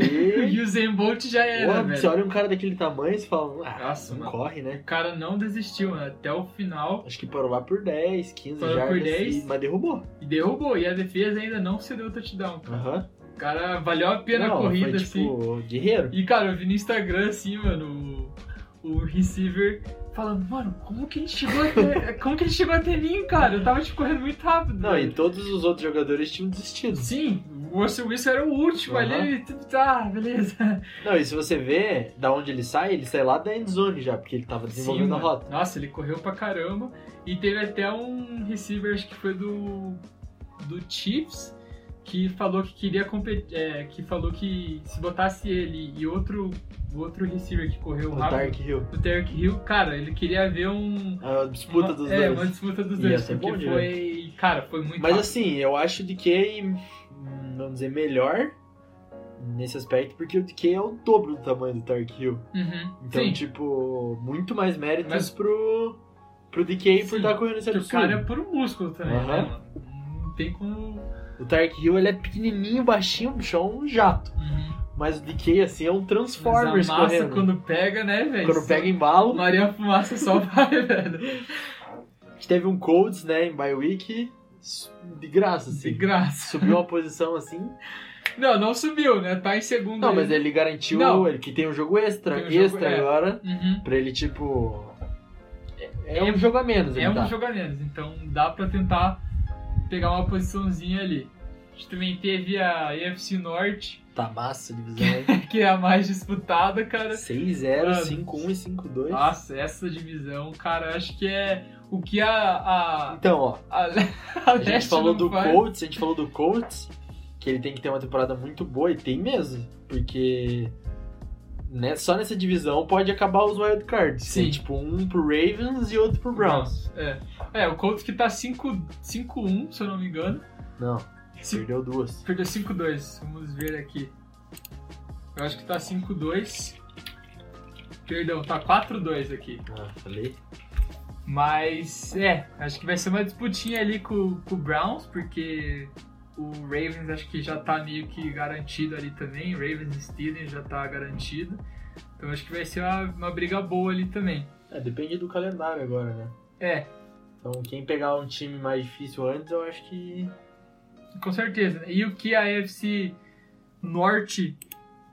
Speaker 2: *laughs* e o Zen Bolt já era,
Speaker 1: Porra,
Speaker 2: velho.
Speaker 1: você olha um cara daquele tamanho e você fala, ah,
Speaker 2: Nossa,
Speaker 1: não
Speaker 2: mano.
Speaker 1: corre, né?
Speaker 2: O cara não desistiu, né, até o final,
Speaker 1: Acho que parou lá por 10, 15
Speaker 2: Parou
Speaker 1: jardas,
Speaker 2: por 10.
Speaker 1: e- mas derrubou.
Speaker 2: e derrubou. E a defesa ainda não cedeu o touchdown, cara.
Speaker 1: Aham.
Speaker 2: O cara valeu a pena
Speaker 1: Não,
Speaker 2: a corrida,
Speaker 1: foi,
Speaker 2: assim.
Speaker 1: tipo, guerreiro.
Speaker 2: E, cara, eu vi no Instagram, assim, mano, o, o receiver falando, mano, como que ele chegou até. *laughs* como que ele chegou até mim, cara? Eu tava, tipo, correndo muito rápido.
Speaker 1: Não, e
Speaker 2: velho."
Speaker 1: todos os outros jogadores tinham desistido.
Speaker 2: Sim, o Russell Wilson era o último ali,
Speaker 1: Aham.
Speaker 2: ali, tipo, tá, beleza.
Speaker 1: Não, e se você ver da onde ele sai, ele sai lá da endzone já, porque ele tava desenvolvendo a
Speaker 2: mano.
Speaker 1: rota.
Speaker 2: Nossa, ele correu pra caramba. E teve até um receiver, acho que foi do. do Chiefs, que falou que queria competir. que falou que se botasse ele e outro, o outro receiver que correu
Speaker 1: O
Speaker 2: rápido.
Speaker 1: Dark Hill.
Speaker 2: O Derek Hill, cara, ele queria ver um.
Speaker 1: A disputa
Speaker 2: uma-
Speaker 1: dos
Speaker 2: é,
Speaker 1: dois.
Speaker 2: uma disputa dos
Speaker 1: Ia
Speaker 2: dois.
Speaker 1: ser bom
Speaker 2: porque
Speaker 1: de
Speaker 2: foi. Cara, foi muito.
Speaker 1: Mas
Speaker 2: rápido.
Speaker 1: assim, eu acho o DK, hum, vamos dizer, melhor nesse aspecto, porque o DK é o dobro do tamanho do Dark Hill.
Speaker 2: Uhum.
Speaker 1: Então,
Speaker 2: Sim,
Speaker 1: tipo, muito mais méritos
Speaker 2: Mas-
Speaker 1: pro, pro DK por
Speaker 2: Sim,
Speaker 1: estar correndo esse
Speaker 2: que o
Speaker 1: absurdo.
Speaker 2: cara é puro músculo também,
Speaker 1: Aham.
Speaker 2: né, mano? Não tem como.
Speaker 1: O Dark Hill, ele é pequenininho, baixinho, bicho, é um jato.
Speaker 2: Uhum.
Speaker 1: Mas o DK, assim, é um
Speaker 2: Mas
Speaker 1: Transformers
Speaker 2: a massa
Speaker 1: correndo.
Speaker 2: quando pega, né, velho?
Speaker 1: Quando pega embalo.
Speaker 2: Maria Fumaça só *laughs* vai, velho.
Speaker 1: A gente teve um Colts, né, em bye week, de graça,
Speaker 2: De
Speaker 1: assim.
Speaker 2: graça.
Speaker 1: Subiu uma posição
Speaker 2: *laughs*
Speaker 1: assim.
Speaker 2: Não, não subiu, né? Tá em segundo.
Speaker 1: Não,
Speaker 2: aí.
Speaker 1: mas é ele garantiu
Speaker 2: Não.
Speaker 1: ele que tem um jogo extra,
Speaker 2: Tem um jogo-
Speaker 1: extra
Speaker 2: é.
Speaker 1: agora.
Speaker 2: Uhum.
Speaker 1: Pra ele, tipo. É, é
Speaker 2: É
Speaker 1: um
Speaker 2: um-
Speaker 1: jogo a menos,
Speaker 2: É
Speaker 1: ele
Speaker 2: um
Speaker 1: tá.
Speaker 2: jogo a menos, então dá pra tentar pegar uma posiçãozinha ali. A gente também teve a EFC Norte, *laughs*
Speaker 1: Tá massa a divisão, hein?
Speaker 2: que é a mais disputada, cara.
Speaker 1: 6-0,
Speaker 2: Mano.
Speaker 1: 5-1 e 5-2.
Speaker 2: Nossa, essa divisão, cara, acho que é o que a. *laughs* A,
Speaker 1: Então, ó,
Speaker 2: a, a
Speaker 1: a gente
Speaker 2: Leste
Speaker 1: falou
Speaker 2: não
Speaker 1: do
Speaker 2: faz.
Speaker 1: Colts, a gente falou do Colts, que ele tem que ter uma temporada muito boa, e tem mesmo, porque né, só nessa divisão pode acabar os wildcards. Tem,
Speaker 2: Sim.
Speaker 1: tipo, um pro Ravens e outro pro Browns.
Speaker 2: É. é, o Colts que tá 5 5-1, se eu não me engano.
Speaker 1: Não,
Speaker 2: Se-
Speaker 1: perdeu duas.
Speaker 2: Perdeu 5-2. Vamos ver aqui. Eu acho que tá 5-2. Perdão, tá 4-2 aqui.
Speaker 1: Ah, falei.
Speaker 2: Mas é, acho que vai ser uma disputinha ali com, com o Browns, porque o Ravens acho que já tá meio que garantido ali também. Ravens e Steelers já tá garantido. Então acho que vai ser uma, uma briga boa ali também.
Speaker 1: É, depende do calendário agora, né?
Speaker 2: É,
Speaker 1: Então, quem pegar um time mais difícil antes, eu acho que.
Speaker 2: com certeza. E o que a AFC Norte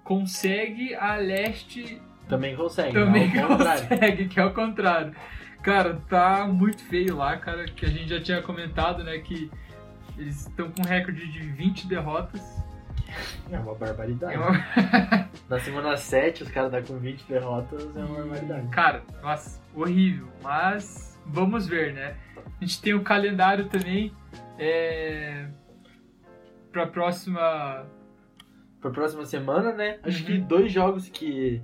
Speaker 2: consegue, a Leste
Speaker 1: Também consegue.
Speaker 2: Também *laughs*
Speaker 1: né? Ao contrário.
Speaker 2: consegue, que é o contrário. Cara, tá muito feio lá, cara, que a gente já tinha comentado, né, que eles estão com um recorde de 20 derrotas.
Speaker 1: É uma barbaridade.
Speaker 2: É uma- *laughs*
Speaker 1: Na semana 7, os caras tá com 20 derrotas, é uma barbaridade.
Speaker 2: Cara, nossa, horrível, mas vamos ver, né? A gente tem o calendário também é... pra próxima...
Speaker 1: Pra próxima semana, né? Acho
Speaker 2: Uhum.
Speaker 1: que dois jogos que,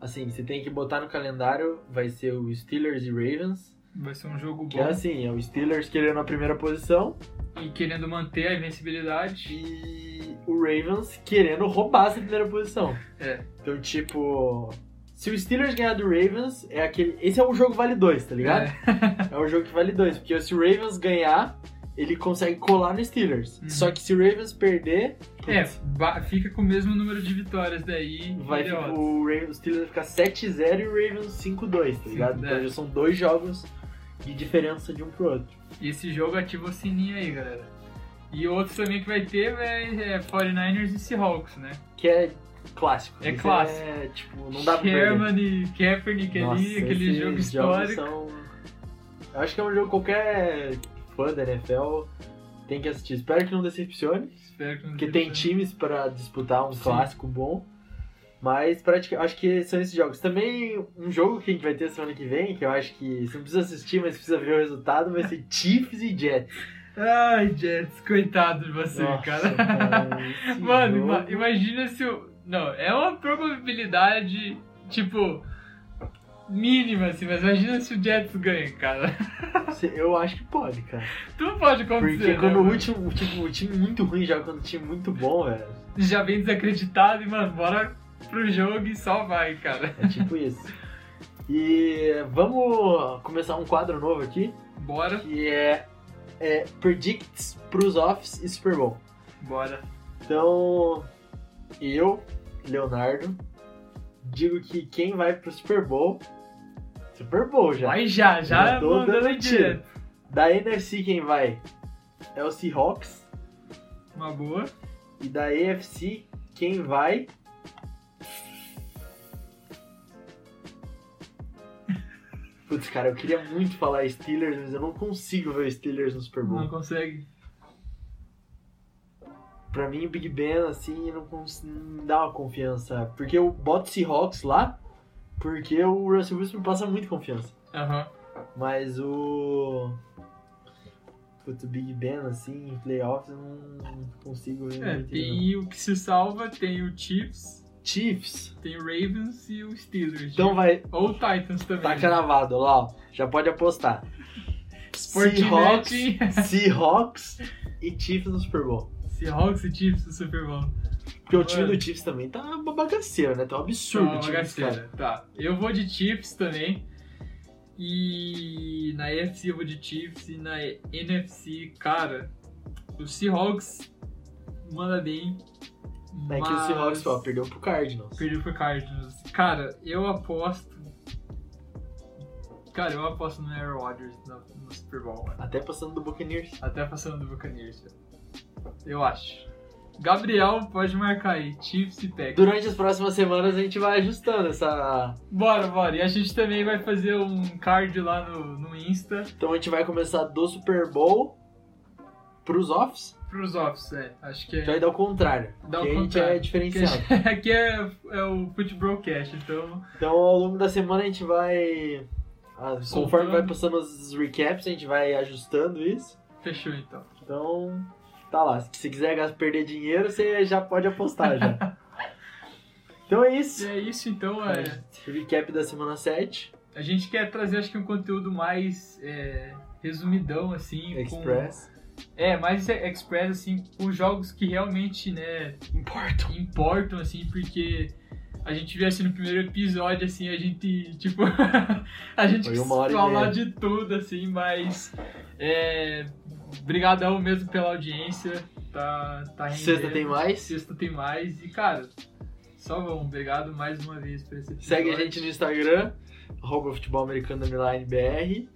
Speaker 1: assim, você tem que botar no calendário vai ser o Steelers e Ravens.
Speaker 2: Vai ser um jogo
Speaker 1: Que é
Speaker 2: bom
Speaker 1: assim, é o Steelers querendo a primeira posição
Speaker 2: e querendo manter a invencibilidade.
Speaker 1: e o Ravens querendo roubar essa primeira posição.
Speaker 2: É.
Speaker 1: Então, tipo, se o Steelers ganhar do Ravens, é aquele. Esse é um jogo vale dois, tá ligado?
Speaker 2: É.
Speaker 1: É um jogo que vale dois, porque se o Ravens ganhar, ele consegue colar no Steelers.
Speaker 2: Uhum.
Speaker 1: Só que se o Ravens perder,
Speaker 2: É, ba- fica com o mesmo número de vitórias daí.
Speaker 1: vai
Speaker 2: e
Speaker 1: ficar-
Speaker 2: derrotas.
Speaker 1: o Ravens, o Steelers vai ficar 7-0 e o Ravens 5-2, tá ligado?
Speaker 2: Sim,
Speaker 1: Então
Speaker 2: é.
Speaker 1: já são dois jogos de diferença de um pro outro.
Speaker 2: E esse jogo ativa o sininho aí, galera. E outro também que vai ter véi, é 49ers e Seahawks, né?
Speaker 1: Que é clássico.
Speaker 2: É
Speaker 1: Esse
Speaker 2: clássico.
Speaker 1: É, tipo, não dá pra perder.
Speaker 2: Sherman e Kaepernick ali,
Speaker 1: Nossa,
Speaker 2: aquele
Speaker 1: esses
Speaker 2: jogo
Speaker 1: jogos
Speaker 2: histórico.
Speaker 1: são- Eu acho que é um jogo que qualquer fã da NFL tem que assistir. Espero que não decepcione.
Speaker 2: Espero que não
Speaker 1: Porque tem
Speaker 2: decepcione.
Speaker 1: times pra disputar um
Speaker 2: Sim.
Speaker 1: clássico bom. Mas pratica- acho que são esses jogos. Também um jogo que a gente vai ter semana que vem, que eu acho que você não precisa assistir, mas precisa ver o resultado, vai ser Chiefs e Jets.
Speaker 2: Ai, Jets, coitado de você,
Speaker 1: Nossa,
Speaker 2: cara.
Speaker 1: cara, esse
Speaker 2: *laughs* Mano,
Speaker 1: jogo-
Speaker 2: ima- imagina se o. Não, é uma probabilidade, tipo. Mínima, assim, mas imagina se o Jets ganha, cara. *laughs*
Speaker 1: Você- eu acho que pode, cara.
Speaker 2: Tudo pode acontecer.
Speaker 1: Porque
Speaker 2: né,
Speaker 1: quando o
Speaker 2: mano?
Speaker 1: último, tipo, o time muito ruim joga contra um time muito bom, velho.
Speaker 2: Já vem desacreditado e, mano, bora pro jogo e só vai, cara.
Speaker 1: É tipo isso. E vamos começar um quadro novo aqui,
Speaker 2: Bora,
Speaker 1: que é, é Predicts pros Offs e Super Bowl.
Speaker 2: bora.
Speaker 1: Então, eu, Leonardo, digo que quem vai pro Super Bowl. Super Bowl já.
Speaker 2: Mas já, já
Speaker 1: Já tô
Speaker 2: mandando
Speaker 1: dando
Speaker 2: direto.
Speaker 1: Da NFC quem vai é o Seahawks.
Speaker 2: Uma boa.
Speaker 1: E da AFC quem vai. Putz, cara, eu queria muito falar Steelers, mas eu não consigo ver Steelers no Super Bowl.
Speaker 2: Não consegue.
Speaker 1: Pra mim, o Big Ben, assim, não, cons- não dá uma confiança. Porque eu boto Seahawks lá, porque o Russell Wilson me passa muito confiança.
Speaker 2: Aham.
Speaker 1: Mas o. Puto, o Big Ben, assim, em playoffs, eu não consigo ver.
Speaker 2: É,
Speaker 1: muito, não.
Speaker 2: tem o que se salva, tem o Chiefs,
Speaker 1: Chiefs.
Speaker 2: tem o Ravens e o Steelers.
Speaker 1: Então vai.
Speaker 2: Ou o Titans também.
Speaker 1: Tá
Speaker 2: né?
Speaker 1: cravado lá, ó. Já pode apostar.
Speaker 2: Sportinet.
Speaker 1: Seahawks,
Speaker 2: *laughs*
Speaker 1: Seahawks e Chiefs no Super Bowl.
Speaker 2: Seahawks e Chiefs do Super Bowl.
Speaker 1: Porque o time
Speaker 2: Mano.
Speaker 1: do Chiefs também tá uma bagaceira, né? Tá um absurdo
Speaker 2: Tá,
Speaker 1: o time dos caras.
Speaker 2: bagaceira. Tá. Eu vou de Chiefs também. E na AFC eu vou de Chiefs e na NFC, cara, o Seahawks manda bem.
Speaker 1: É que o
Speaker 2: mas
Speaker 1: Seahawks, ó, perdeu pro Cardinals.
Speaker 2: Perdeu pro Cardinals. Cara, eu aposto. Cara, eu aposto no Aaron Rodgers no, no Super Bowl, mano.
Speaker 1: Até passando do Buccaneers.
Speaker 2: Até passando do Buccaneers, velho. Eu acho. Gabriel, pode marcar aí. Chiefs e Packers.
Speaker 1: Durante as próximas semanas a gente vai ajustando essa.
Speaker 2: Bora, bora. E a gente também vai fazer um card lá no, no Insta
Speaker 1: Então a gente vai começar do Super Bowl pros offs.
Speaker 2: pros offs, é. Acho que
Speaker 1: A gente vai
Speaker 2: é.
Speaker 1: dar o contrário.
Speaker 2: Dá o
Speaker 1: porque a gente
Speaker 2: contrário.
Speaker 1: é diferenciado.
Speaker 2: *laughs* Aqui é, é o Footballcast, então.
Speaker 1: Então ao longo da semana a gente vai. ah, Conforme
Speaker 2: Contando.
Speaker 1: vai passando os recaps, a gente vai ajustando isso.
Speaker 2: Fechou então.
Speaker 1: Então, tá lá. Se quiser gas- perder dinheiro, você já pode apostar
Speaker 2: *laughs*
Speaker 1: já. então é
Speaker 2: E
Speaker 1: isso.
Speaker 2: é isso então, é.
Speaker 1: Recap da semana 7.
Speaker 2: A gente quer trazer acho que um conteúdo mais é, resumidão, assim. com-
Speaker 1: Express.
Speaker 2: É, mais é, express, assim, com jogos que realmente, né,
Speaker 1: Importa.
Speaker 2: importam, assim, porque a gente vê assim no primeiro episódio, assim, a gente, tipo, *laughs* a gente
Speaker 1: Foi
Speaker 2: quis
Speaker 1: uma hora e
Speaker 2: falar
Speaker 1: meia.
Speaker 2: de tudo, assim, mas é. Brigadão mesmo pela audiência. Tá, tá rendendo.
Speaker 1: Sexta tem mais.
Speaker 2: Sexta tem mais. E, cara, só vamos. Obrigado mais uma vez por esse episódio.
Speaker 1: Segue a gente no Instagram, arroba futebol americano underline BR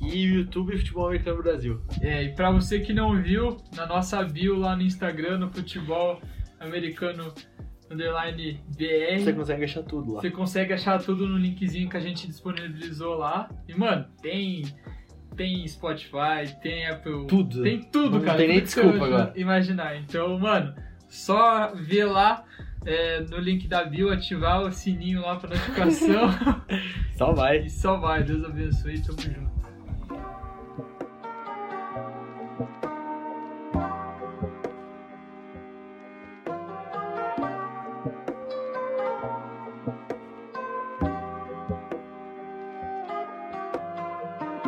Speaker 1: e o YouTube Futebol Americano Brasil.
Speaker 2: É, e pra você que não viu, na nossa bio lá no Instagram, no futebol americano underline BR.
Speaker 1: Você consegue achar tudo lá.
Speaker 2: Você consegue achar tudo no linkzinho que a gente disponibilizou lá. E, mano, tem, tem Spotify, tem Apple.
Speaker 1: Tudo.
Speaker 2: Tem tudo,
Speaker 1: Não
Speaker 2: cara.
Speaker 1: tem nem
Speaker 2: tudo que você
Speaker 1: desculpa
Speaker 2: ima-
Speaker 1: agora.
Speaker 2: Imaginar. Então, mano, só ver lá é, no link da bio, ativar o sininho lá pra
Speaker 1: *laughs*
Speaker 2: notificação.
Speaker 1: Só vai.
Speaker 2: e só vai. Deus abençoe. Tamo junto.